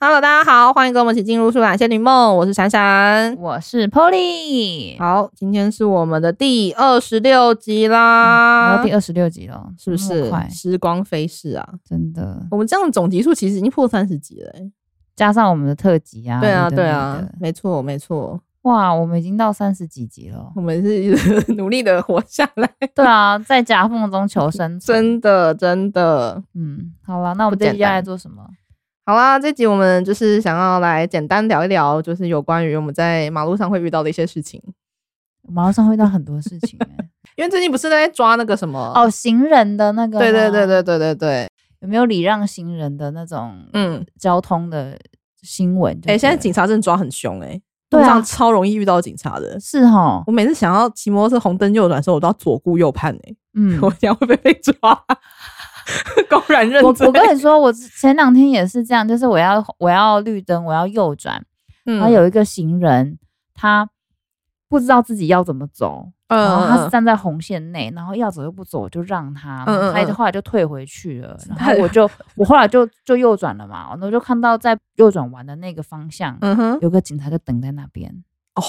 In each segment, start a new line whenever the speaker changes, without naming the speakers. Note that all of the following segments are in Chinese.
Hello，大家好，欢迎跟我们一起进入《舒展仙女梦》，我是闪闪。
我是 Polly，
好，今天是我们的第二十六集啦，
嗯我第二十六集了，
是不
那
是
么快？
时光飞逝啊？
真的，
我们这样总集数其实已经破三十集了、欸。
加上我们的特辑啊，
对啊，
有的
对啊
没的，
没错，没错，
哇，我们已经到三十几集了
我，们是一直 努力的活下来，
对啊，在夹缝中求生存，
真的，真的。
嗯，好了，那我们
不
这
简
集要
单
来做什么？
好啦，这集我们就是想要来简单聊一聊，就是有关于我们在马路上会遇到的一些事情。
马路上会遇到很多事 情、欸，
因为最近不是在抓那个什么？
哦，行人的那个，
对对对，对对对对，
有没有礼让行人的那种
嗯，
交通的新闻就对
哎、
了？
现在警察真的抓很凶哎、
对
路
啊
上超容易遇到警察的。
是哦哈，
我每次想要骑摩托车红灯右转的时候，我都要左顾右盼哎、
嗯，
我想会不会被抓？公然认
我
罪。
我跟你说，我前两天也是这样，就是我要我要绿灯，我要右转，
嗯
然后有一个行人，他不知道自己要怎么走，
嗯
然后哦他是站在红线内，然后要走又不走，我就让他，
嗯嗯
他
嗯
后来就退回去了，然
太
后我就我后来就就右转了嘛，然后我就看到在右转弯的那个方向，
嗯哼，
有个警察就等在那边。
哦，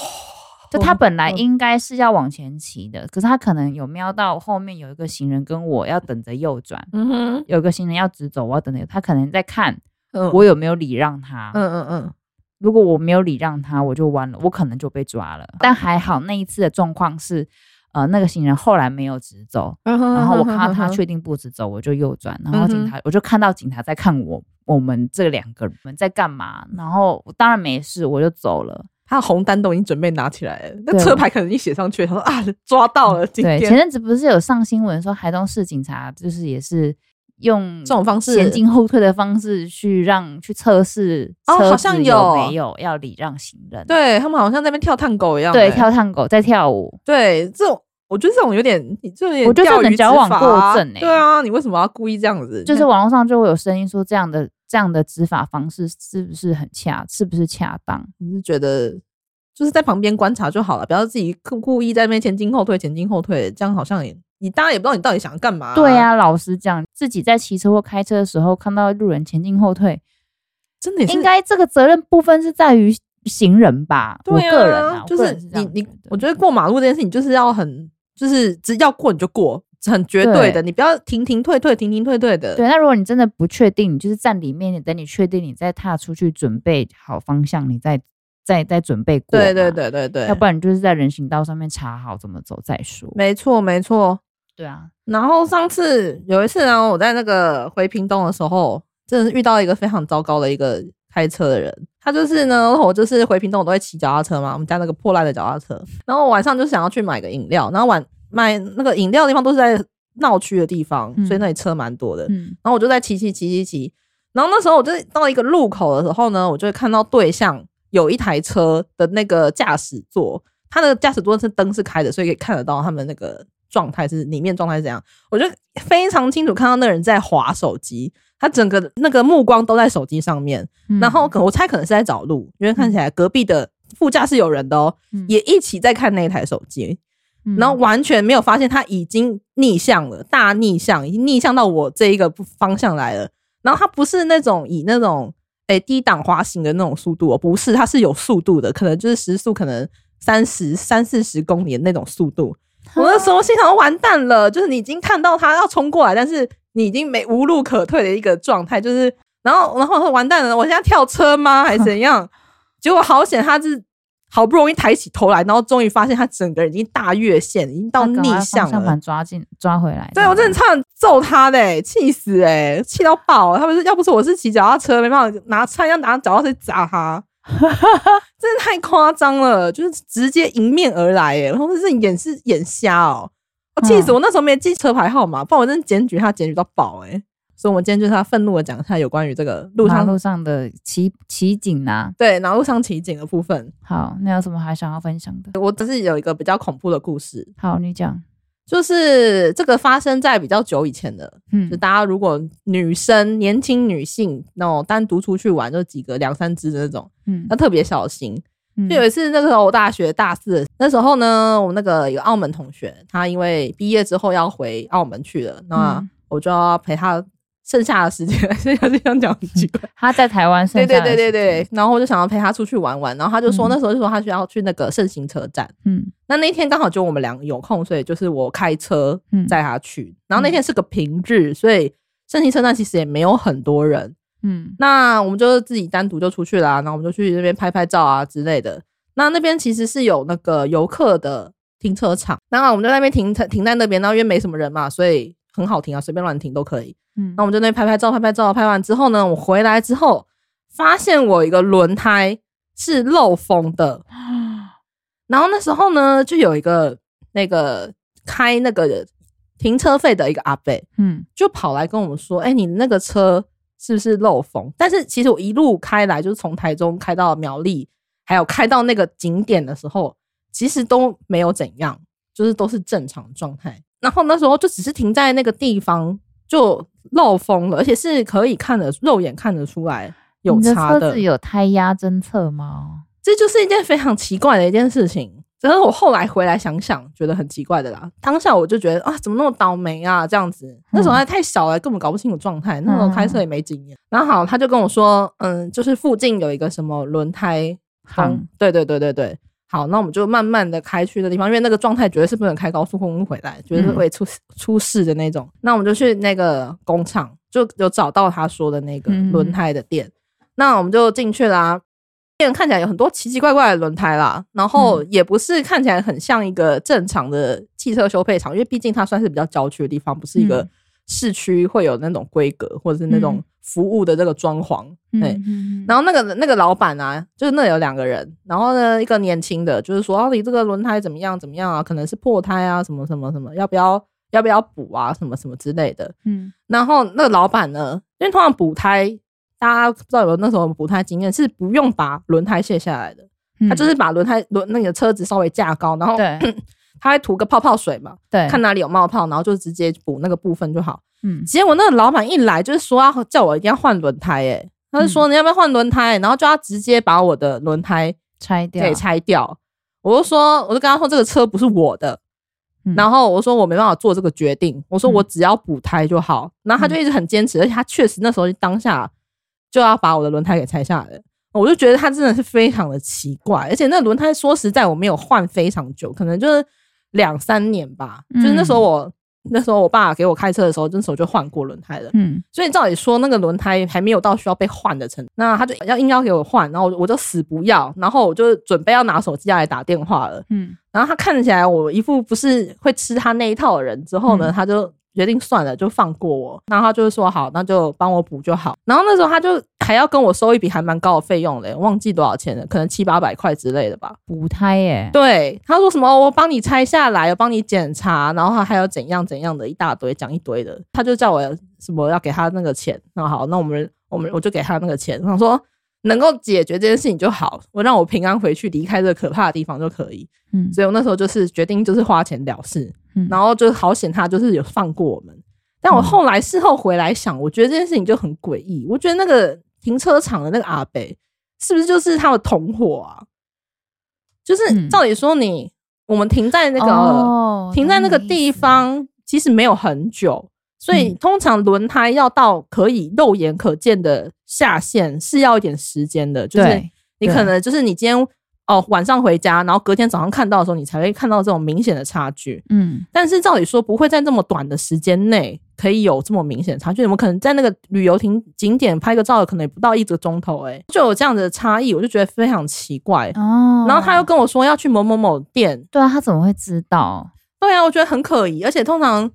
就他本来
嗯
应该是要往前骑的，可是他可能有瞄到后面有一个行人跟我要等着右转，
嗯哼，
有个行人要直走，我要等着他，可能在看
嗯
我有没有礼让他。
嗯嗯嗯，
如果我没有礼让他，我就完了，我可能就被抓了。但还好那一次的状况是，呃，那个行人后来没有直走，然
然
后我看
嗯
到他确定不直走，我就右转，然后警察、我就看到警察在看我。我们这两个人在干嘛？然后我当然没事，我就走了。
他红单都已经准备拿起来了，那
对
车牌可能一写上去，他说啊，抓到了，今
对，
天
前阵子不是有上新闻说台中市警察就是也是用
这种方式
前进后退的方式去让去测试
哦
车
好像
子
有
有没有要礼让行人，
对他们好像在那边跳探狗一样、
对
欸
跳探狗在跳舞，
对这种。我觉得这种有点，就有点
我觉得这
钓
种
鱼执
矫枉
法
过
啊
正欸
对啊，你为什么要故意这样子？
就是网络上就会有声音说这样的这样的执法方式是不是很恰是不是恰当？
我是觉得就是在旁边观察就好了，不要自己故故意在那边前进后退、前进后退，这样好像也你大家也不知道你到底想干嘛、啊
对，啊呀、老实讲，自己在骑车或开车的时候看到路人前进后退，
真的也是
应该这个责任部分是在于行人吧？我
对啊，
个人啊，
就
我个
是
人是这
你
样
你
觉，
我觉得过马路这件事情就是要很就是只要过你就过，很绝对的，
对
你不要停停退退、停停退退的。
对，那如果你真的不确定，你就是站里面，你等你确定，你再踏出去，准备好方向，你再再再准备过。
对对，对对对，
要不然你就是在人行道上面查好怎么走再说。
没错没错。
对啊，
然后上次有一次呢，我在那个回屏东的时候，真的是遇到一个非常糟糕的一个开车的人。他就是呢，我就是回屏东，我都会骑脚踏车嘛，我们家那个破烂的脚踏车。然后晚上就想要去买个饮料，然后晚买那个饮料的地方都是在闹区的地方，
嗯
所以那里车蛮多的。
嗯，
然后我就在骑骑骑骑骑，然后那时候我就到一个路口的时候呢，我就会看到对向有一台车的那个驾驶座，它的驾驶座是灯是开的，所以可以看得到他们那个状态是里面状态是怎样。我就非常清楚看到那人在划手机，他整个那个目光都在手机上面，
嗯
然后可我猜可能是在找路，因为看起来隔壁的副驾是有人的哦，
嗯
也一起在看那一台手机。
嗯
然后完全没有发现他已经逆向了，大逆向，已经逆向到我这一个方向来了。然后他不是那种以那种诶、低档滑行的那种速度哦，不是，他是有速度的，可能就是时速可能三十三四十公里的那种速度。我那时候心想完蛋了，就是你已经看到他要冲过来，但是你已经没无路可退的一个状态，就是然后然后我说完蛋了，我现在跳车吗？还是怎样？ 结果好险，他是好不容易抬起头来，然后终于发现他整个人已经大越线，已经到
他赶
逆
快把
向
方向
了
盘。抓进抓回来。
对我真的差点揍他嘞、气死哎、气到爆！他们是要不是我是骑脚踏车，没办法拿差点要拿脚踏车砸 他，真的太夸张了，就是直接迎面而来哎、然后这是演是眼瞎哦、我气
嗯
死我！那时候没记车牌号码，不然我真的检举他检举到爆哎、所以，我们今天就是要愤怒的讲一下有关于这个路
马
上
路上的骑骑警呐、
对，然后路上骑警的部分。
啊好，那有什么还想要分享的？
我只是有一个比较恐怖的故事，
好，你讲。
就是这个发生在比较久以前的。
嗯
就，大家如果女生、年轻女性那种单独出去玩，就几个两三只的那种，
嗯
要特别小心。
嗯
啊就有一次，那个时候我大学大四，那时候呢，我那个有澳门同学，他因为毕业之后要回澳门去了，那
嗯
我就要陪他剩下的时间， 剩下这样讲很奇怪。
他在台湾剩
对
下
对
的
对对
时间，
对，然后我就想要陪他出去玩玩，然后他就说、
嗯
那时候就说他需要去那个盛行车站，
嗯
那那天刚好就我们两个有空，所以就是我开车
嗯
载他去，然后那天是个平日，所以盛行车站其实也没有很多人，
嗯
那我们就自己单独就出去啦，然后我们就去那边拍拍照啊之类的。那那边其实是有那个游客的停车场，那我们就在那边停停在那边，然后因为没什么人嘛，所以很好停啊，随便乱停都可以。
嗯
那我们就那边拍拍照，拍拍照，拍完之后呢，我回来之后发现我一个轮胎是漏风的，然后那时候呢，就有一个那个开那个停车费的一个阿伯，
嗯
就跑来跟我们说：“哎、你那个车是不是漏风？”但是其实我一路开来，就是从台中开到苗栗，还有开到那个景点的时候，其实都没有怎样，就是都是正常状态。然后那时候就只是停在那个地方就漏风了，而且是可以看得肉眼看得出来有
你的
差
车
的
子。有胎压侦测吗？
这就是一件非常奇怪的一件事情。只是我后来回来想想，觉得很奇怪的啦。当下我就觉得啊，怎么那么倒霉啊，这样子。那时
嗯
候还太小了，根本搞不清楚状态。那时候开车也没经验。然后好，他就跟我说，嗯，就是附近有一个什么轮胎
行，
对对对对对。好，那我们就慢慢的开去的地方，因为那个状态绝对是不能开高速公路回来，绝对是
嗯
会出、出事的那种。那我们就去那个工厂，就有找到他说的那个
嗯
轮胎的店。那我们就进去啦、店看起来有很多奇奇怪怪的轮胎啦，然后
嗯
也不是看起来很像一个正常的汽车修配厂，因为毕竟它算是比较郊区的地方，不是一个
嗯
市区会有那种规格或者是那种
嗯
服务的这个装潢。对，
嗯，
然后那个那个老板啊，就是那有两个人，然后呢，一个年轻的，就是说、啊、你这个轮胎怎么样怎么样啊，可能是破胎啊，什么什么什么，要不要要不要补啊，什么什么之类的。
嗯
然后那个老板呢，因为通常补胎，大家不知道有没有那时候补胎经验，是不用把轮胎卸下来的，
嗯
他就是把轮胎轮那个车子稍微架高，然后
对
他会涂个泡泡水嘛，
对，
看哪里有冒泡，然后就直接补那个部分就好。
嗯
结果那个老板一来就是说要叫我一定要换轮胎、欸，他就
嗯
说你要不要换轮胎，然后就要直接把我的轮胎
拆掉
给，拆掉。我就说，我就跟他说这个车不是我的，
嗯
然后我说我没办法做这个决定，我说
嗯
我只要补胎就好。然后他就一直很坚持，而且他确实那时候当下就要把我的轮胎给拆下来了。我就觉得他真的是非常的奇怪，而且那轮胎说实在我没有换非常久，可能就是两三年吧。
嗯
就是那时候我那时候我爸给我开车的时候，那时候就换过轮胎了。
嗯
所以照理说，那个轮胎还没有到需要被换的程度，那他就要硬要给我换，然后我就我就死不要，然后我就准备要拿手机下来打电话了。
嗯
然后他看起来我一副不是会吃他那一套的人，之后呢，
嗯
他就决定算了，就放过我。然后他就说好，那就帮我补就好。然后那时候他就还要跟我收一笔还蛮高的费用嘞，忘记多少钱了，可能七八百块之类的吧。
补胎耶，
对，他说什么、哦我帮你拆下来，我帮你检查，然后他还有怎样怎样的一大堆，讲一堆的。他就叫我什么要给他那个钱，那好，那我们我们我就给他那个钱，我想说能够解决这件事情就好，我让我平安回去，离开这个可怕的地方就可以。
嗯
所以我那时候就是决定就是花钱了事，
嗯
然后就好险他就是有放过我们。但我后来事后回来想，我觉得这件事情就很诡异。我觉得那个停车场的那个阿北是不是就是他的同伙啊？就是
嗯
照理说你，我们停在那个、
哦
停在那个地，方，其实没有很久，所以
嗯
通常轮胎要到可以肉眼可见的下限是要一点时间的，
懂
就
你意思
是
对，
你
对
可能就是你今天哦晚上回家，然后隔天早上看到的时候，你才会看到这种明显的差距。
嗯
但是照理说，不会在这么短的时间内可以有这么明显的差距。你们可能在那个旅游景景点拍个照，可能也不到一个钟头、欸，就有这样子的差异，我就觉得非常奇怪。
哦，
然后他又跟我说要去某某某店，
对啊，他怎么会知道？
对啊，我觉得很可疑，而且通常。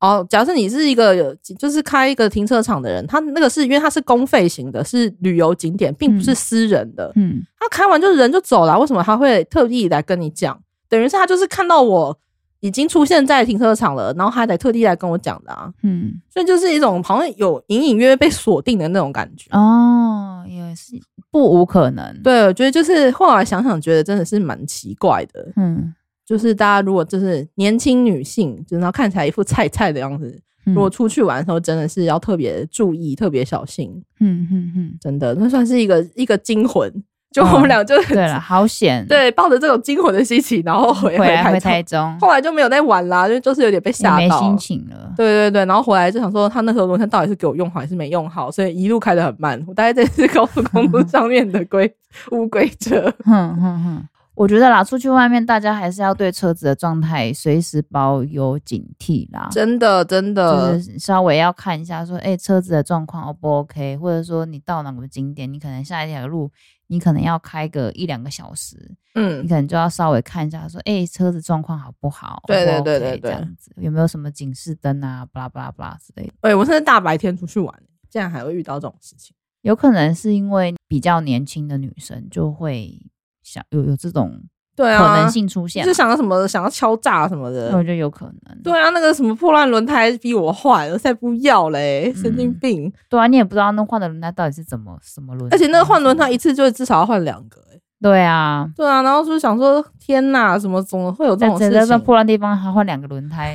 哦，假设你是一个有就是开一个停车场的人，他那个是因为他是公费型的，是旅游景点，并不是
嗯
私人的，
嗯
他开完就人就走了，为什么他会特地来跟你讲？等于是他就是看到我已经出现在停车场了，然后他才特地来跟我讲的啊，
嗯
所以就是一种好像有隐隐约约被锁定的那种感觉。
哦，也是不无可能，，
对，我觉得就是后来想想，觉得真的是蛮奇怪的。
嗯，
就是大家如果就是年轻女性，就是然后看起来一副菜菜的样子，
嗯
如果出去玩的时候，真的是要特别注意、特别小心，
嗯嗯嗯，
真的，那算是一个一个惊魂，就
哦
我们俩就
对了，好险，，
对抱着这种惊魂的心情，然后回
回来
台
回
中
台中，
后来就没有再玩啦，就就是有点被
也
吓
没
到。
心情了。
对对对，然后回来就想说，他那时候轮圈到底是给我用好还是没用好，所以一路开得很慢。我大概这是高速公 路上面的规乌龟车。
哼哼哼，我觉得啦，出去外面大家还是要对车子的状态随时保有警惕啦。
真的真
就
的，
是稍微要看一下说、哎，车子的状况 O 不 OK，或者说你到哪个景点，你可能下一条路，你可能要开个一两个小时，你
嗯，
可能就要稍微看一下说，哎、车子状况好不好？
对
O 不
对
OK，
对对对
这样子有没有什么警示灯啊，巴拉巴拉巴拉之类的？
哎、我甚至大白天出去玩，竟然还会遇到这种事情。
有可能是因为比较年轻的女生就会想有有这种
对
可
啊，
能性哦出现
就
啊，
想要什么想要敲诈什么的。
那我觉得有可能。
对啊，那个什么破烂轮胎逼我换，我才不要嘞，神经
嗯
病！
对啊，你也不知道那换的轮胎到底是怎么什么轮，
而且那个换轮胎一，次就至少要换两个、欸，
对啊，
对啊，然后就想说，天哪，怎么总会有这
在
种
在
事
在
情？
破烂地方还换两个 轮胎，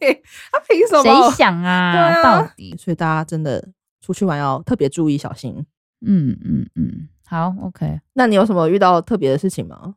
嘿他凭什
谁
么？
想啊？
对啊
到底，
所以大家真的出去玩要特别注意小心。
嗯嗯嗯，好，OK。
那你有什么遇到特别的事情吗？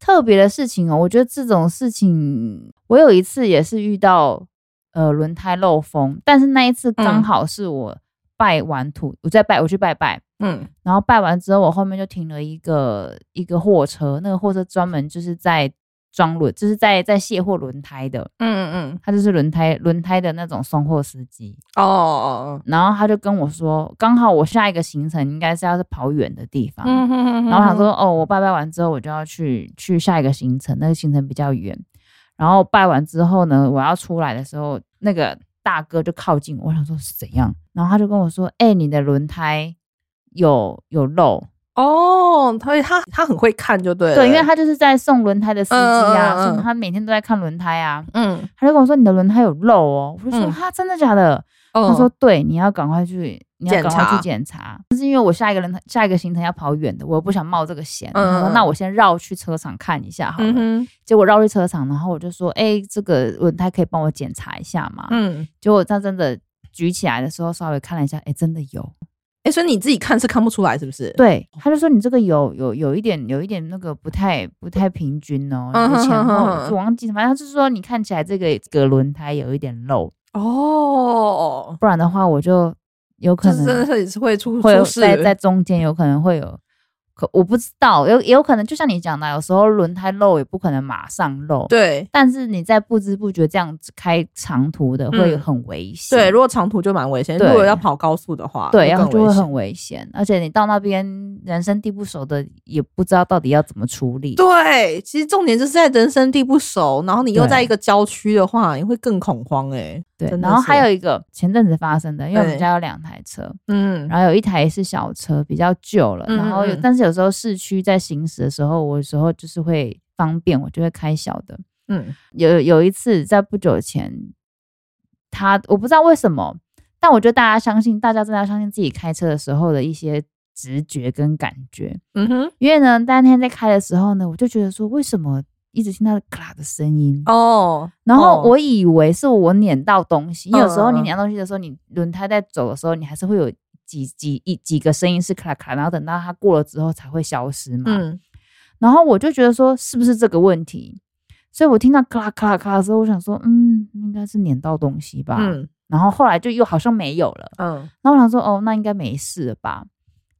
特别的事情哦，我觉得这种事情，我有一次也是遇到呃轮胎漏风，但是那一次刚
嗯
好是我拜完土，我在拜，我去拜拜，
嗯
然后拜完之后，我后面就停了一个一个货车，那个货车专门就是在装轮，就是在在卸货轮胎的，
嗯嗯，
他就是轮胎轮胎的那种送货司机。
哦哦哦，
然后他就跟我说，刚好我下一个行程应该是要是跑远的地方，
嗯哼哼
然后我想，说，哦，我拜拜完之后我就要去去下一个行程，那个行程比较远。然后拜完之后呢，我要出来的时候，那个大哥就靠近我，我想说是怎样，然后他就跟我说，哎、你的轮胎有有漏，
哦，所以他他很会看就对了，
对，因为他就是在送轮胎的司机啊，
嗯嗯嗯嗯
所以他每天都在看轮胎啊。
嗯，
他就跟我说你的轮胎有漏哦，我就说
嗯
哈、真的假的？
哦
他说对，你要赶快去，你要
检
赶快
查
去检查。但是因为我下一个人下一个行程要跑远的，我又不想冒这个险，
嗯
我说
嗯
那我先绕去车厂看一下好了。
嗯哼，
结果绕去车厂，然后我就说，哎、这个轮胎可以帮我检查一下吗？
嗯，
结果他真的举起来的时候，稍微看了一下，哎、真的有。
哎，所以你自己看是看不出来是不是？，
对，他就说你这个有有有一点有一点那个不太不太平均哦，
嗯
然后前
哼
后
哼哼
我忘记，反正他就是说你看起来这个这个轮胎有一点漏，
哦，
不然的话我就有可
就是真的
能
是也是会出
会
出
有
事，
在在中间有可能会有。可我不知道，有也有可能，就像你讲的，有时候轮胎漏也不可能马上漏，
对
但是你在不知不觉这样子开长途的会
嗯
很危险，
对，如果长途就蛮危险，如
对
果要跑高速的话，
对，然
更
后就
危
会
险
很危险，而且你到那边人生地不熟的，也不知道到底要怎么处理。
对，其实重点就是在人生地不熟，然后你又
对
在一个郊区的话，你会更恐慌哎、
对
真的
然后
是
还有一个前阵子发生的，因为我们
对
家有两台车，
嗯，
然后有一台是小车，比较旧了，
嗯
然后有
嗯嗯
但是有时候市区在行驶的时候，我有时候就是会方便，我就会开小的。
嗯
有有一次在不久前，他我不知道为什么，但我觉得大家相信，大家真的要相信自己开车的时候的一些直觉跟感觉。
嗯哼，
因为呢，当天在开的时候呢，我就觉得说，为什么一直听到咔啦的声音？
哦，
然后
哦
我以为是我碾到东西，因为有时候你
嗯嗯嗯
碾到东西的时候，你轮胎在走的时候，你还是会有几几一几个声音是咔啦咔啦，然后等到它过了之后才会消失嘛。
嗯
然后我就觉得说是不是这个问题？所以我听到咔啦咔啦咔啦的时候，我想说，嗯，应该是碾到东西吧。
嗯
然后后来就又好像没有了。
嗯，
然后我想说，哦，那应该没事了吧？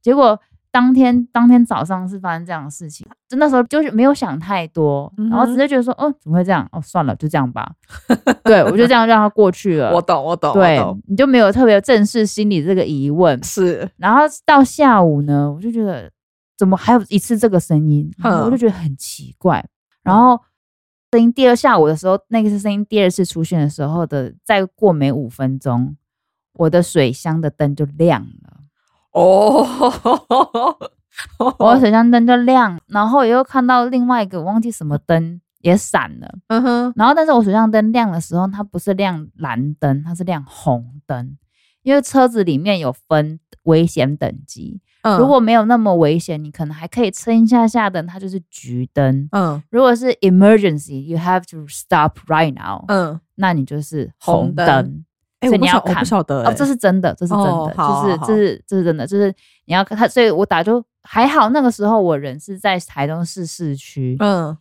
结果当天当天早上是发生这样的事情，就那时候就是没有想太多，
嗯哼
然后只是觉得说，哦，怎么会这样？哦，算了，就这 样吧。对，我就这样让它过去了。
我懂我懂，我
嗯对
懂，
你就没有特别正视心里这个疑问。
是，
然后到下午呢，我就觉得怎么还有一次这个声音，
嗯
然后我就觉得很奇怪。然后声音第二下午的时候，那个是声音第二次出现的时候的，再过没五分钟，我的水箱的灯就亮了，
哦，
我的水箱灯就亮，然后又看到另外一个忘记什么灯也闪了。
嗯哼，
然后，但是我水箱灯亮的时候，它不是亮蓝灯，它是亮红灯，因为车子里面有分危险等级。
嗯
如果没有那么危险，你可能还可以撑一下下灯，它就是橘灯。
嗯
如果是 emergency，you have to stop right now，、
嗯
那你就是
红
红
灯
灯。
嗯哎、
所
我
以
不
你
晓
要
我不
看
晓得、欸
哦，这
是
是真的，这是真的，
哦好
就是
好好
这是这是真的，就是你要看他，所以我打就还好，那个时候我人是在台中市市区，
嗯，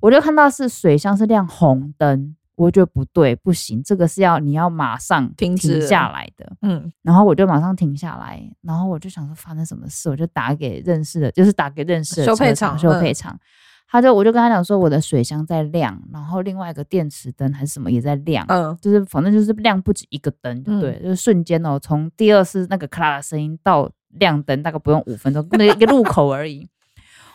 我就看到是水箱是亮红灯，我觉得不对，不行，这个是要你要马上
停止
停下来的，
嗯，
然后我就马上停下来，然后我就想说发生什么事，我就打给认识的，就是打给认识的
修配
车
厂
修
嗯
配厂。他就我就跟他讲说我的水箱在亮，然后另外一个电池灯还是什么也在亮，
嗯，
就是反正就是亮不止一个灯，就对了，就是瞬间哦，从第二次那个咔啦的声音到亮灯，大概不用五分钟，那一个路口而已。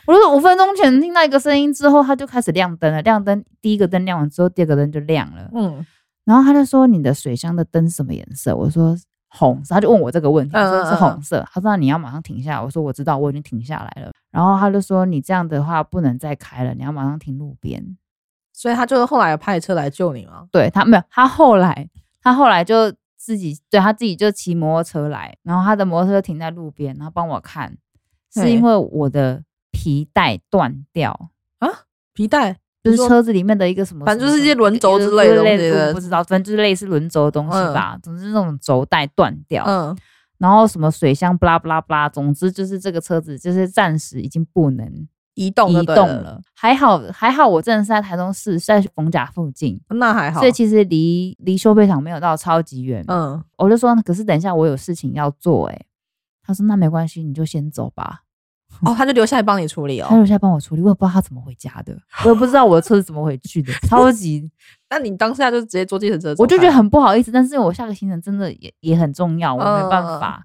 我就是五分钟前听到一个声音之后，它就开始亮灯了。亮灯，第一个灯亮完之后，第二个灯就亮了。
嗯，
然后他就说你的水箱的灯是什么颜色？我说红色，他就问我这个问题，
嗯
我说
嗯
是
嗯
红色。他说那你要马上停下来，我说我知道，我已经停下来了。然后他就说你这样的话不能再开了，你要马上停路边。
所以他就是后来有派车来救你吗？
对他没有，他后来他后来就自己对他自己就骑摩托车来，然后他的摩托车停在路边，然后帮我看，是
嘿
因为我的皮带断掉，
皮带，你
就是
说
车子里面的一个什么，
反正就是
什么
一些轮轴之类的东西
我不知道，反正就是类似轮轴的东西吧，总之那种轴带断掉，
嗯，
然后什么水箱巴拉巴拉巴拉，总之就是这个车子就是暂时已经不能
移动就
移
对
动，了。还好还好，我真的是在台中市，是在逢甲附近。
那还好
所以，其实离离修配厂没有到超级远，
嗯，
我就说，可是等一下我有事情要做、欸，他说那没关系，你就先走吧。
哦，他就留下来帮你处理
他
哦。
留下来帮我处理，我也不知道他怎么回家的，我也不知道我的车是怎么回去的，超级，
那你当下就直接坐计程车走开，
我就觉得很不好意思。但是我下个行程真的也也很重要，我没
嗯
办法。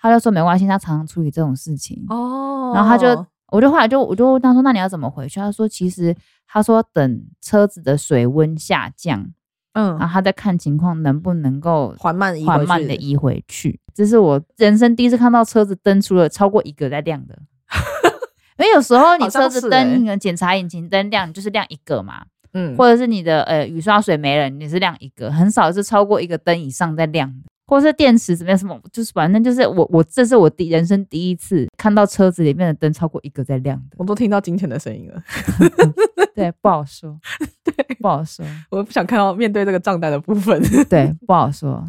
他就说没关系，他常常处理这种事情。
哦，
然后他就，我就后来就我就问他说，那你要怎么回去？他说其实他说等车子的水温下降，
嗯
然后他再看情况能不能够
缓慢移回去
缓慢的移回去。这是我人生第一次看到车子灯除了超过一个在亮 的，因为有时候你
好像
车子
是欸
灯，你的检查引擎灯亮你就是亮一个嘛，
嗯，
或者是你的呃雨刷水没了，你是亮一个，很少是超过一个灯以上在亮的。或者是电池怎么样？什么就是反正就是我我这是我第人生第一次看到车子里面的灯超过一个在亮 的，
我都听到金钱的声音了，
对，不好说，对，不好说，
我不想看到面对这个账单的部分。
对，不好说，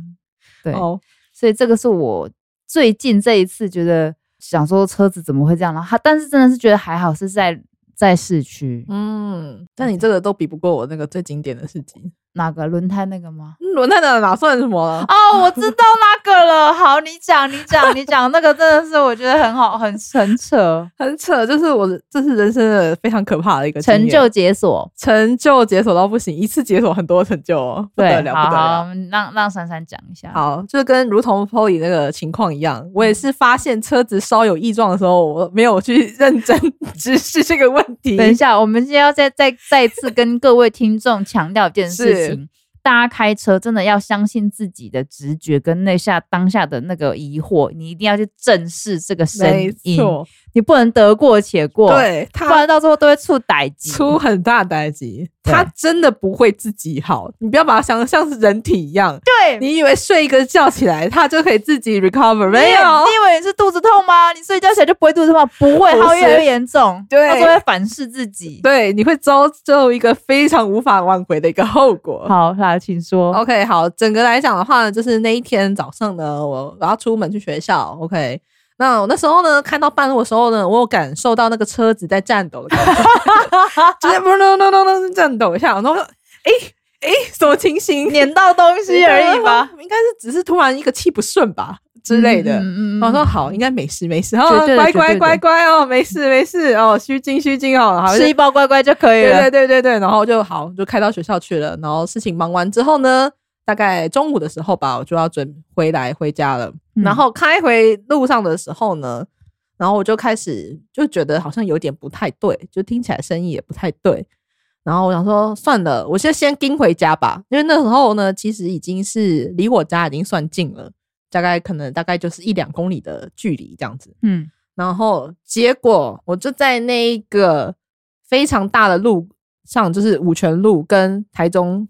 对，
哦，
所以这个是我最近这一次觉得想说车子怎么会这样，然后他但是真的是觉得还好是在在市区、
嗯，但你这个都比不过我那个最经典的事情，
哪个轮胎那个吗？
嗯轮胎的哪算什么啊了？
哦，我知道那个了。好，你讲，你讲，你讲，那个真的是我觉得很好，很很扯。
很扯，就是我这是人生的非常可怕的一个经
成
验
就解锁，
成就解锁到不行，一次解锁 很多成就哦，不
对
得，了
好
不得
好
了。，
让让珊珊讲一下。，
好，就跟如同 Polly 那个情况一样，我也是发现车子稍有异状的时候，我没有去认真 直视这个问题。
等一下，我们今天要再再再次跟各位听众强调一件事
是
情：大家开车真的要相信自己的直觉跟那下当下的那个疑惑，你一定要去正视这个声
没
音，
错，
你不能得过且过，，
对
不
他
然到最后都会出歹疾。
出很大的代级，
对
他真的不会自己好，你不要把它想得像是人体一样，
对，
你以为睡一个觉起来，他就可以自己 recover，
你以为
没有，
你以为你是肚子痛吗？你睡觉起来就不会肚子痛吗？不会，
不
它会越来
是
越严重，
对
它就会反噬自己。
对，你会遭受一个非常无法挽回的一个后果。
好，来，请说。
OK，好，整个来讲的话呢，就是那一天早上呢，我我要出门去学校。OK，那我那时候呢，看到半路的时候呢，我有感受到那个车子在颤抖的感觉， 就是不咚咚咚咚颤抖一下，然后我说，哎、哎、什么情形？
碾到东西而已吧，，
应该是只是突然一个气不顺吧之类的。
嗯嗯嗯嗯
我说好，应该没事没事，
绝
哦，
对的
乖
绝对
乖
的
乖乖哦，没事没事哦，虚惊虚惊哦，好，
吃一包乖乖就可以了。
对对对对对，然后就好，就开到学校去了。然后事情忙完之后呢，大概中午的时候吧，我就要准回来回家了。
嗯
然后开回路上的时候呢，然后我就开始就觉得好像有点不太对，就听起来声音也不太对。然后我想说，算了，我就先跟回家吧，因为那时候呢，其实已经是离我家已经算近了，大概可能大概就是一两公里的距离这样子。
嗯，
然后结果我就在那一个非常大的路上，就是五泉路跟台中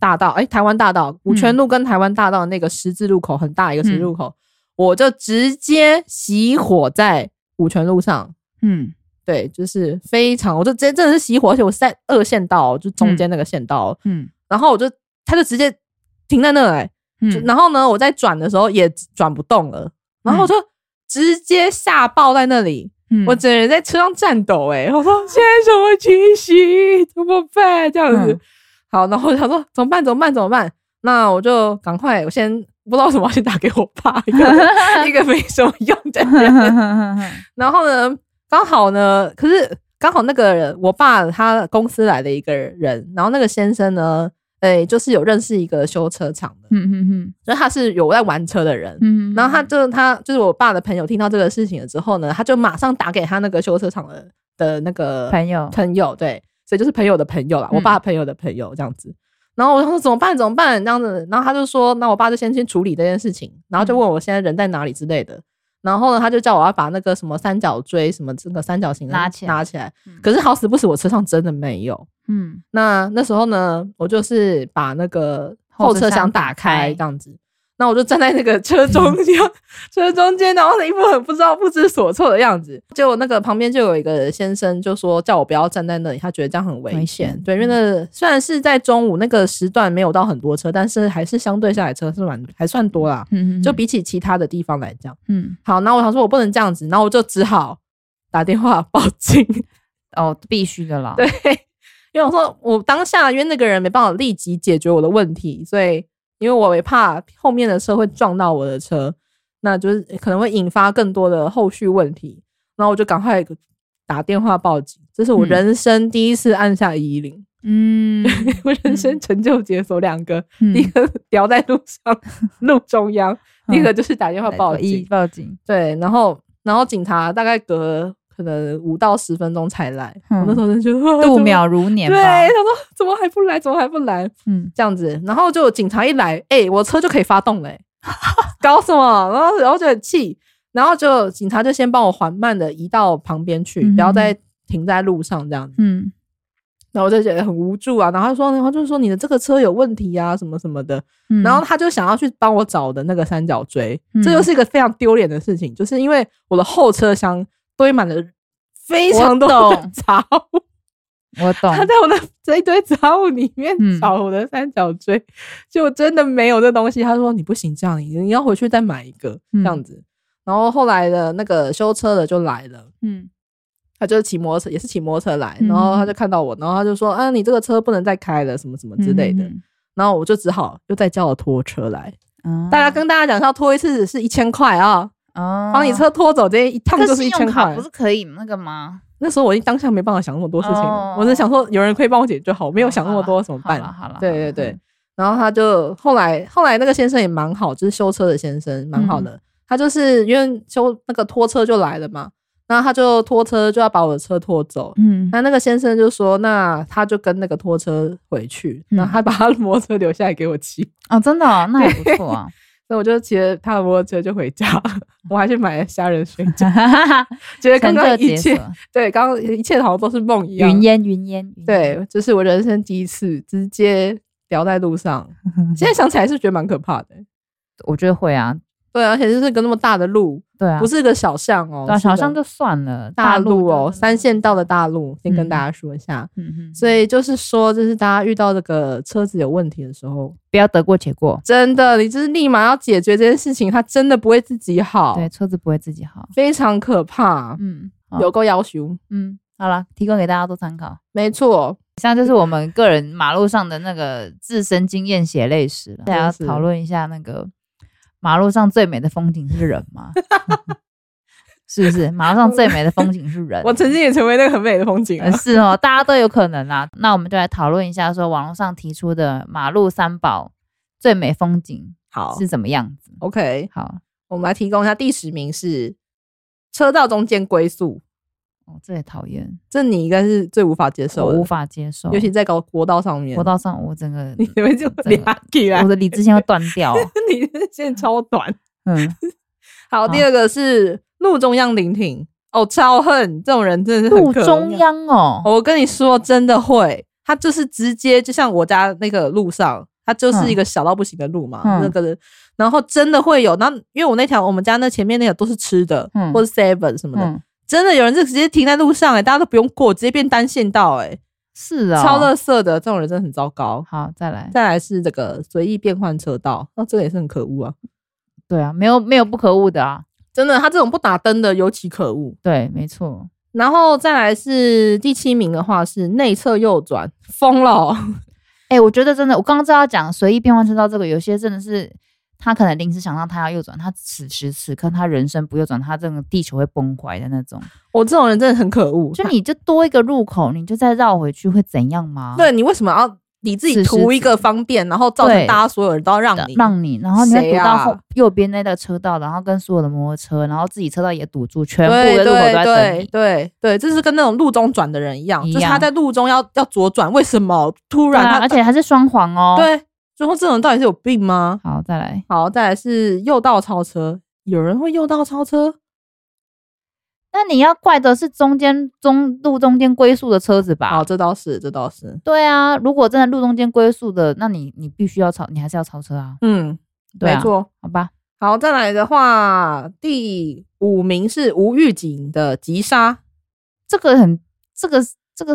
大道，哎，台湾大道，五泉路跟台湾大道那个十字路口，很大一个十字路口，我就直接熄火在五泉路上。
嗯
对，就是非常，我就直接真的是熄火，而且我是在二线道哦，就中间那个线道哦，
嗯
然后我就他就直接停在那、哎，就然后呢，我在转的时候也转不动了，然后我就直接吓爆在那里，
嗯
我 整个人在车上颤抖、欸，哎， 我说现在什么情形？怎么办？这样子，
嗯
好，然后我想说怎么办？怎么办？怎么办？那我就赶快，我先不知道为什么，我先打给我爸，一个 一个没什么用 的
嗯
人。然后呢，刚好呢，可是刚好那个人，我爸他公司来的一个人，然后那个先生呢，哎、就是有认识一个修车厂的，
嗯嗯嗯
所以他是有在玩车的人。
嗯，
然后他就他就是我爸的朋友，听到这个事情了之后呢，他就马上打给他那个修车厂的的那个
朋友，
朋友，对，所以就是朋友的朋友啦，
嗯
我爸朋友的朋友这样子。然后我想说怎么办怎么办这样子，然后他就说，那我爸就先去处理这件事情，然后
嗯
就问我现在人在哪里之类的。然后呢，他就叫我要把那个什么三角锥什么这个三角形的
拿起来
拿起来
嗯。
可是好死不死，我车上真的没有。
嗯
那那时候呢，我就是把那个后车厢打开嗯这样子，那我就站在那个车中间， 车中间，然后一副很不知道不知所措的样子。结果那个旁边就有一个先生就说叫我不要站在那里，他觉得这样很危
危
险
险。
对，因为那个虽然是在中午那个时段没有到很多车，但是还是相对下来车是蛮还算多啦，
嗯，
就比起其他的地方来讲。
嗯
好，那我想说我不能这样子，然后我就只好打电话报警。
哦必须的啦，
对，因为我说我当下因为那个人没办法立即解决我的问题，所以因为我也怕后面的车会撞到我的车，那就是可能会引发更多的后续问题，然后我就赶快打电话报警。这是我
嗯
人生第一次按下一零、
嗯，
我人生成就解锁两个，第一
嗯
个掉在路 上路中央，第一个就是打电话报警。
报警，
对，然后然后警察大概隔可能五到十分钟才来，
嗯
我那时候就觉得 啊
度
怎么
秒如年吧
对，，他说怎么还不来？怎么还不来？
嗯，
这样子，然后就警察一来，哎、我车就可以发动了、欸 搞什么？然后然后就很气，然后就警察就先帮我缓慢的移到旁边去，
嗯
不要再停在路上这样子。
嗯
然后我就觉得很无助啊，然后他说，然后就说你的这个车有问题啊，什么什么的。
嗯，
然后他就想要去帮我找的那个三角锥，
嗯
这就是一个非常丢脸的事情，就是因为我的后车厢堆满了非常多
我
的
懂
杂物。
我懂，
他在我的 这一堆杂物里面
哦嗯
找我的三角锥，就真的没有这东西。他说你不行，这样你你要回去再买一个这
嗯
样子。然后后来的那个修车的就来了，
嗯
他就是骑摩托车，也是骑摩托车来，
嗯
然后他就看到我，然后他就说啊，你这个车不能再开了，什么什么之类的。，
嗯
然后我就只好又再叫我拖车来。
哦嗯
大家跟大家讲一下，拖一次是一千块啊，
帮
帮你车拖走这一趟就是一千块
不。是可以那个吗？
那时候我一当下没办法想那么多事情了，
哦
我只想说有人可以帮我解决就好，我没有想那么
好
多
啦
怎么办
好。了好了，
对
好
对
啦
对，然后他就后来后来那个先生也蛮好，就是修车的先生蛮好的。
嗯
他就是因为修那个拖车就来了嘛，然后他就拖车就要把我的车拖走。
嗯
那那个先生就说，那他就跟那个拖车回去，
嗯
然后他把他的摩托车留下来给我骑，
哦，真的哦，那也不 错啊，
所以我就骑着他的摩托车就回家，我还去买了虾仁水饺，
成
觉 得刚
就
刚一
嗯解
切
锁，
对，刚刚一切好像都是梦一样。
云烟云烟，云烟，
对，这是我人生第一次直接聊在路上，
嗯
现在想起来是觉得蛮可怕的、
我觉得会啊，
对，而且就是个那么大的路，
对啊，
不是个小巷哦
对，啊，
是个
小巷就算了，
大路哦，
就
三线道的大路，先跟
嗯
大家说一下。
嗯哼，
所以就是说，就是大家遇到这个车子有问题的时候，
不要得过且过，
真的，你就是立马要解决这件事情，它真的不会自己好，
对，车子不会自己好，
非常可怕，
嗯，好
有够要求。
嗯，好了，提供给大家做参考。
没错，
以上就是我们个人马路上的那个自身经验血泪史了。大家要
是
讨论一下那个马路上最美的风景是人吗？ 是不是马路上最美的风景是人？
我曾经也成为那个很美的风景啊
呃、。是哦，大家都有可能啦。那我们就来讨论一下，说网络上提出的马路三宝最美风景
好
是怎么样子？
，OK，
好，
我们来提供一下第十名是车道中间龟速，
哦，这也讨厌，
这你应该是最无法接
我
受
无
的，
法接受。
尤其在高国道上面
国，道上，我整个
你怎么就
整个
你起来
我？的理智线会断掉。
你的线超短。
嗯，
好，
好
第二个是路中央聆听，哦，超恨这种人，真的是很
路
可
中
恶、
央哦，
哦我跟你说，真的会，他就是直接就像我家那个路上，它就是一个小到不行的路嘛，
嗯
那个，然后真的会有，那因为我那条我们家那前面那条都是吃的，
嗯
或者 seven 什么的，
嗯，
真的有人就直接停在路上、欸，大家都不用过，直接变单线道、欸，
是啊、
超乐色的这种人真的很糟糕。
好，再来。
再来是这个随意变换车道，那、这个也是很可恶啊！
对啊，没有没有不可恶的啊。
真的，他这种不打灯的尤其可恶。
对，没错。
然后再来是第七名的话是内侧右转，疯了 哦、
哎、我觉得真的，我刚刚正要讲随意变换车道这个，有些真的是他可能临时想到他要右转，他此时此刻他人生不右转，他这个地球会崩坏的那种。
我这种人真的很可恶。
就你就多一个入口，你就再绕回去会怎样吗？
啊对你为什么要你自己
此时
图一个方便，然后造成
对
大家所有人都要让
的，
你？
让你，然后你会
谁
堵到
啊
后、右边那个车道，然后跟所有的摩托车，然后自己车道也堵住，全部
对
的路口都在等
对
你。啊
对对，这是跟那种路中转的人一样，
一
就是他
样
在路中要要左转，为什么突
对
然
啊，
他、
而且还是双黄哦。，
对，最后这种人到底是有病吗？
好，再来，
好，再来是右道超车，有人会右道超车？
那你要怪的是中间中路中间龟速的车子吧？
好，这倒是，这倒是，
对啊，如果真的路中间龟速的，那你你必须要超，你还是要超车啊。
嗯，
对啊
没错。
好吧，
好，再来的话，第五名是无预警的急刹。
这个很这个这个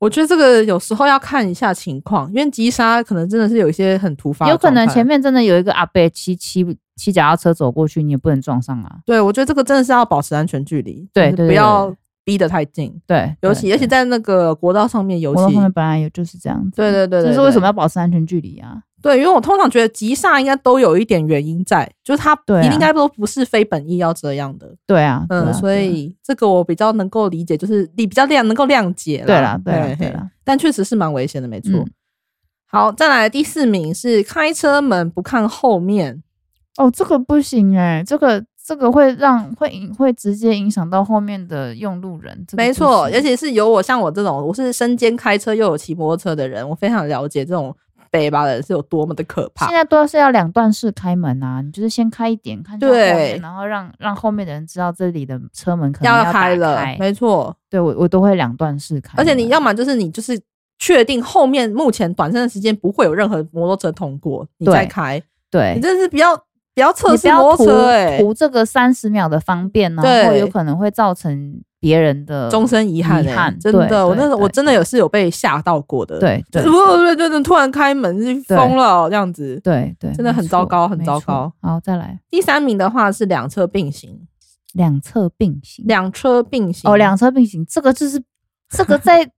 我觉得这个有时候要看一下情况，因为急刹可能真的是有一些很突发的
有
状态，
可能前面真的有一个阿伯骑骑骑脚踏车走过去，你也不能撞上啊。
对我觉得这个真的是要保持安全距离，
对
就是
对对
不
对
要逼得太近，
对，
尤
对
其而且
对
在那个国道上面，尤
活动
其
上面本来也就是这样子。
对对对对，
这是为什么
要
要保持安全距离啊？
对？因为我通常觉得急刹应该都有一点原因在，就是他
对啊
应该都不是非本意要这样的，
对啊，对
嗯，
啊
所以这个我比较能够理解，就是你比较谅能够谅解
对啦，对
对
啦，对
嘿
啦，
但确实是蛮危险的，没错。
嗯
好，再来第四名是开车门不看后面，
哦，这个不行哎、这个这个会让会影会直接影响到后面的用路人。这个
没
不
错，
行
而且是有我像我这种，我是身兼开车又有骑摩托车的人，我非常了解这种北巴的人是有多么的可怕
现。在都是要两段式开门啊，你就是先开一点，看向后
对
面，然后让让后面的人知道这里的车门可能打
开
开
了，没错，
对我我都会两段式开门，
而且你要么就是你就是确定后面目前短暂的时间不会有任何摩托车通过，你
对
再开，
对
你。真的是比较比较测
你不
试
要
摩
图
托车哎、
图这个三十秒的方便，然后
对
有可能会造成别人的
终身遗憾、
遗
欸，
憾
真
对
的，我
对
那时候我
对
真的有是有被吓到过的，
对
就
对
是，不 对对对，突然开门是疯了哦这样子。
对对，
真的
没
很糟
错
糕很
没
糟
错
糕
好，再来
第三名的话是两车并行，
两侧并行。
两车并行
哦，两车并行，这个就是这个在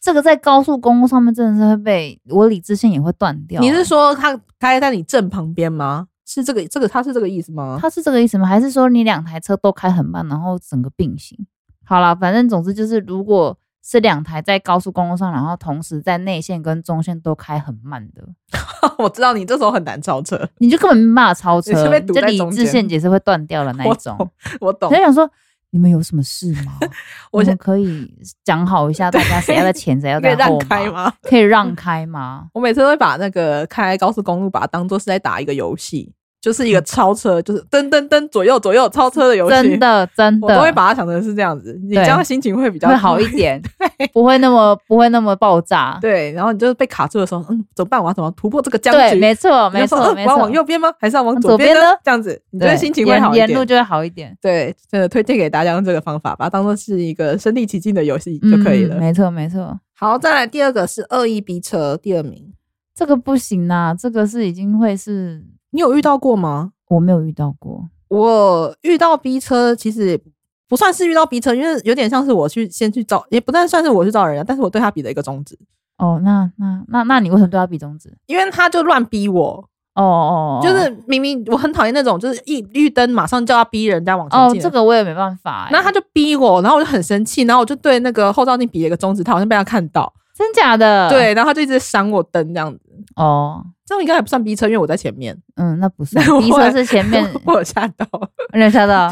这个在高速公路上面真的是会被我理智线也会断掉。欸
你是说他开在你正旁边吗？是这个这个他是这个意思吗？
它是这个意思吗？还是说你两台车都开很慢，然后整个并行？好啦，反正总之就是，如果是两台在高速公路上，然后同时在内线跟中线都开很慢的，
我知道你这时候很难超车，
你就根本没办法超车
你是被，
你
堵
这
在
理
中
智
间
线也是会断掉的那一
我
种。
懂我懂
我。就想说，你们有什么事吗？
我
我
想
们可以讲好一下，大家谁要在前，谁要
可以
在
让
后
开
吗？
吗？
可以让开 吗？
我每次都会把那个开高速公路，把它当做是在打一个游戏，就是一个超车，就是噔噔噔左右左右超车的游戏。
嗯真的真的，
我都会把它想成是这样子，你这样心情会比较
会好一。点， 不会那么不会那么爆炸。
对，然后你就是被卡住的时候，嗯，怎么办？我要怎么突破这个僵
对，
局？
没错
你
没
就说
错
嗯
没
我要
错
往，右边吗？还是要往
往
左
左边
呢
呢？
这样子，你就
对
会心情会好一
沿沿路
点。
就会好一点，
对，真的推荐给大家用这个方法，把它当做是一个身临其境的游戏
嗯
就可以了。
没错没错，
好，再来第二个是恶意逼车，第二名，
这个不行啦，这个是已经会是
你有遇到过吗？
我没有遇到过，
我遇到逼车，其实也不算是遇到逼车，因为有点像是我去先去找，也不但算是我去找人家，啊但是我对他比了一个中指，
哦，那那那那你为什么对他比中指？
因为他就乱逼我，
哦哦，哦
就是明明我很讨厌那种，就是一绿灯马上就要逼人家往前
哦，
进的。
这个我也没办法欸，
然后他就逼我，然后我就很生气，然后我就对那个后照镜比了一个中指，他好像被他看到，
真假的，
对，然后他就一直闪我灯这样子。
哦，
这种应该还不算逼车，因为我在前面，
嗯，那不是
我
第一车是前面，
我有吓到，
有点 吓到，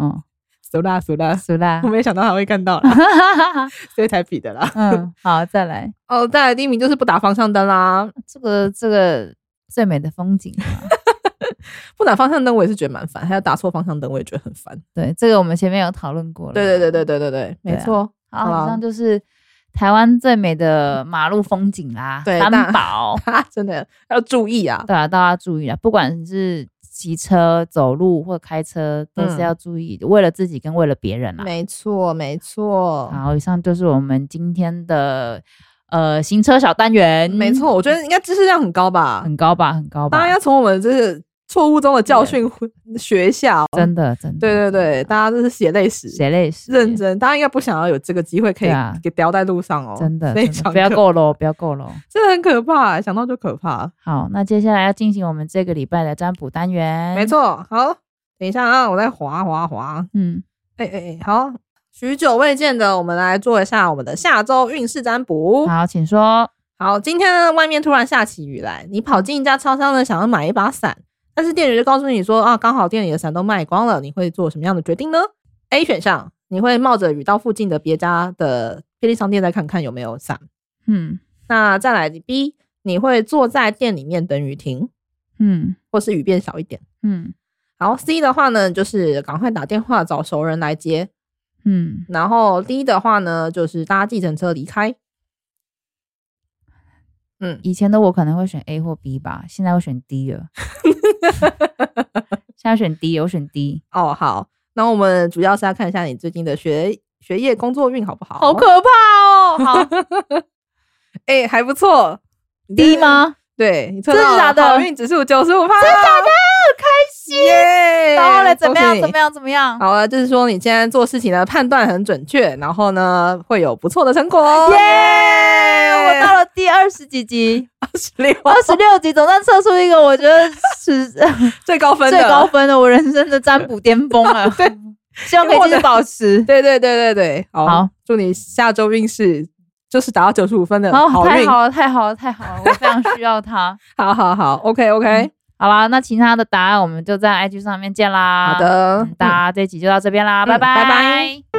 嗯，
熟啦熟啦，
熟啦
我，没想到他会看到啦，所以才比的啦。
嗯，好，再来。
哦，再来第一名就是不打方向灯啦，
这个这个最美的风景 啊嘛。
不打方向灯我也是觉得蛮烦，还有打错方向灯我也觉得很烦。
对，这个我们前面有讨论过了。
对对对对。对对对，
对
没
啊
错。 好
好，
啊
以上就是台湾最美的马路风景啦，
对
三
大
宝。
哈，真的要注意啊！
对啊，大家注意啦，不管你是骑车、走路或开车都是
嗯
要注意，为了自己跟为了别人啦。啊
没错，没错，
好，以上就是我们今天的呃行车小单元，
没，错。我觉得应该知识量很高吧，
很高吧，很高吧，
大家要从我们就是错误中的教训 学一下、哦。
真的真的，
对对对，大家都是血泪史，
谁累死？
认真，大家应该不想要有这个机会可以
对啊
给掉在路上哦。
真的，
非
真
常
的不要
可
够喽，不要够喽。
真的很可怕，想到就可怕。
好，那接下来要进行我们这个礼拜的占卜单元，
没，错，好，等一下啊，我再滑滑滑。
嗯，
哎哎哎，好，许久未见的，我们来做一下我们的下周运势占卜。
好，请说，
好，今天呢，外面突然下起雨来，你跑进一家超商呢，想要买一把伞，但是店员就告诉你说啊，刚好店里的伞都卖光了，你会做什么样的决定呢？A 选项，你会冒着雨到附近的别家的便利商店再看看有没有伞。
嗯
那再来 B，你会坐在店里面等雨停，
嗯
或是雨变小一点。
嗯
然后 C 的话呢，就是赶快打电话找熟人来接。
嗯，
然后 D 的话呢，就是搭计程车离开。嗯，
以前的我可能会选 A 或 B 吧，现在我选 D 了，现在选 D，我选 D，
哦，好，那我们主要是要看一下你最近的学学业、工作运好不好？
好可
怕哦！
好
哎、还不错。你真
，D
是？
吗？
对，你测
真的
到
假的
好运指数九十五趴，真的开心耶！
然后嘞，怎么
恭喜
样？
你
怎么样？怎么样？
好了，就是说你现在做事情的判断很准确，然后呢会有不错的成果哦。
耶！哎我到了第二十几集，
二十六，
二十六集，总算测出一个我觉得是
最高分的，
最高分的，我人生的占卜巅峰了。对， 希望可以继续保持。
对对对对对，好，
好
祝你下周运势就是达到九十五分的
好，太
运，
好了，太好了，太好了，我非常需要它。
好好好，OK OK，
好啦，那其他的答案我们就在 IG 上面见啦。
好，的，
大家这集就到这边啦，
嗯
拜拜
拜拜。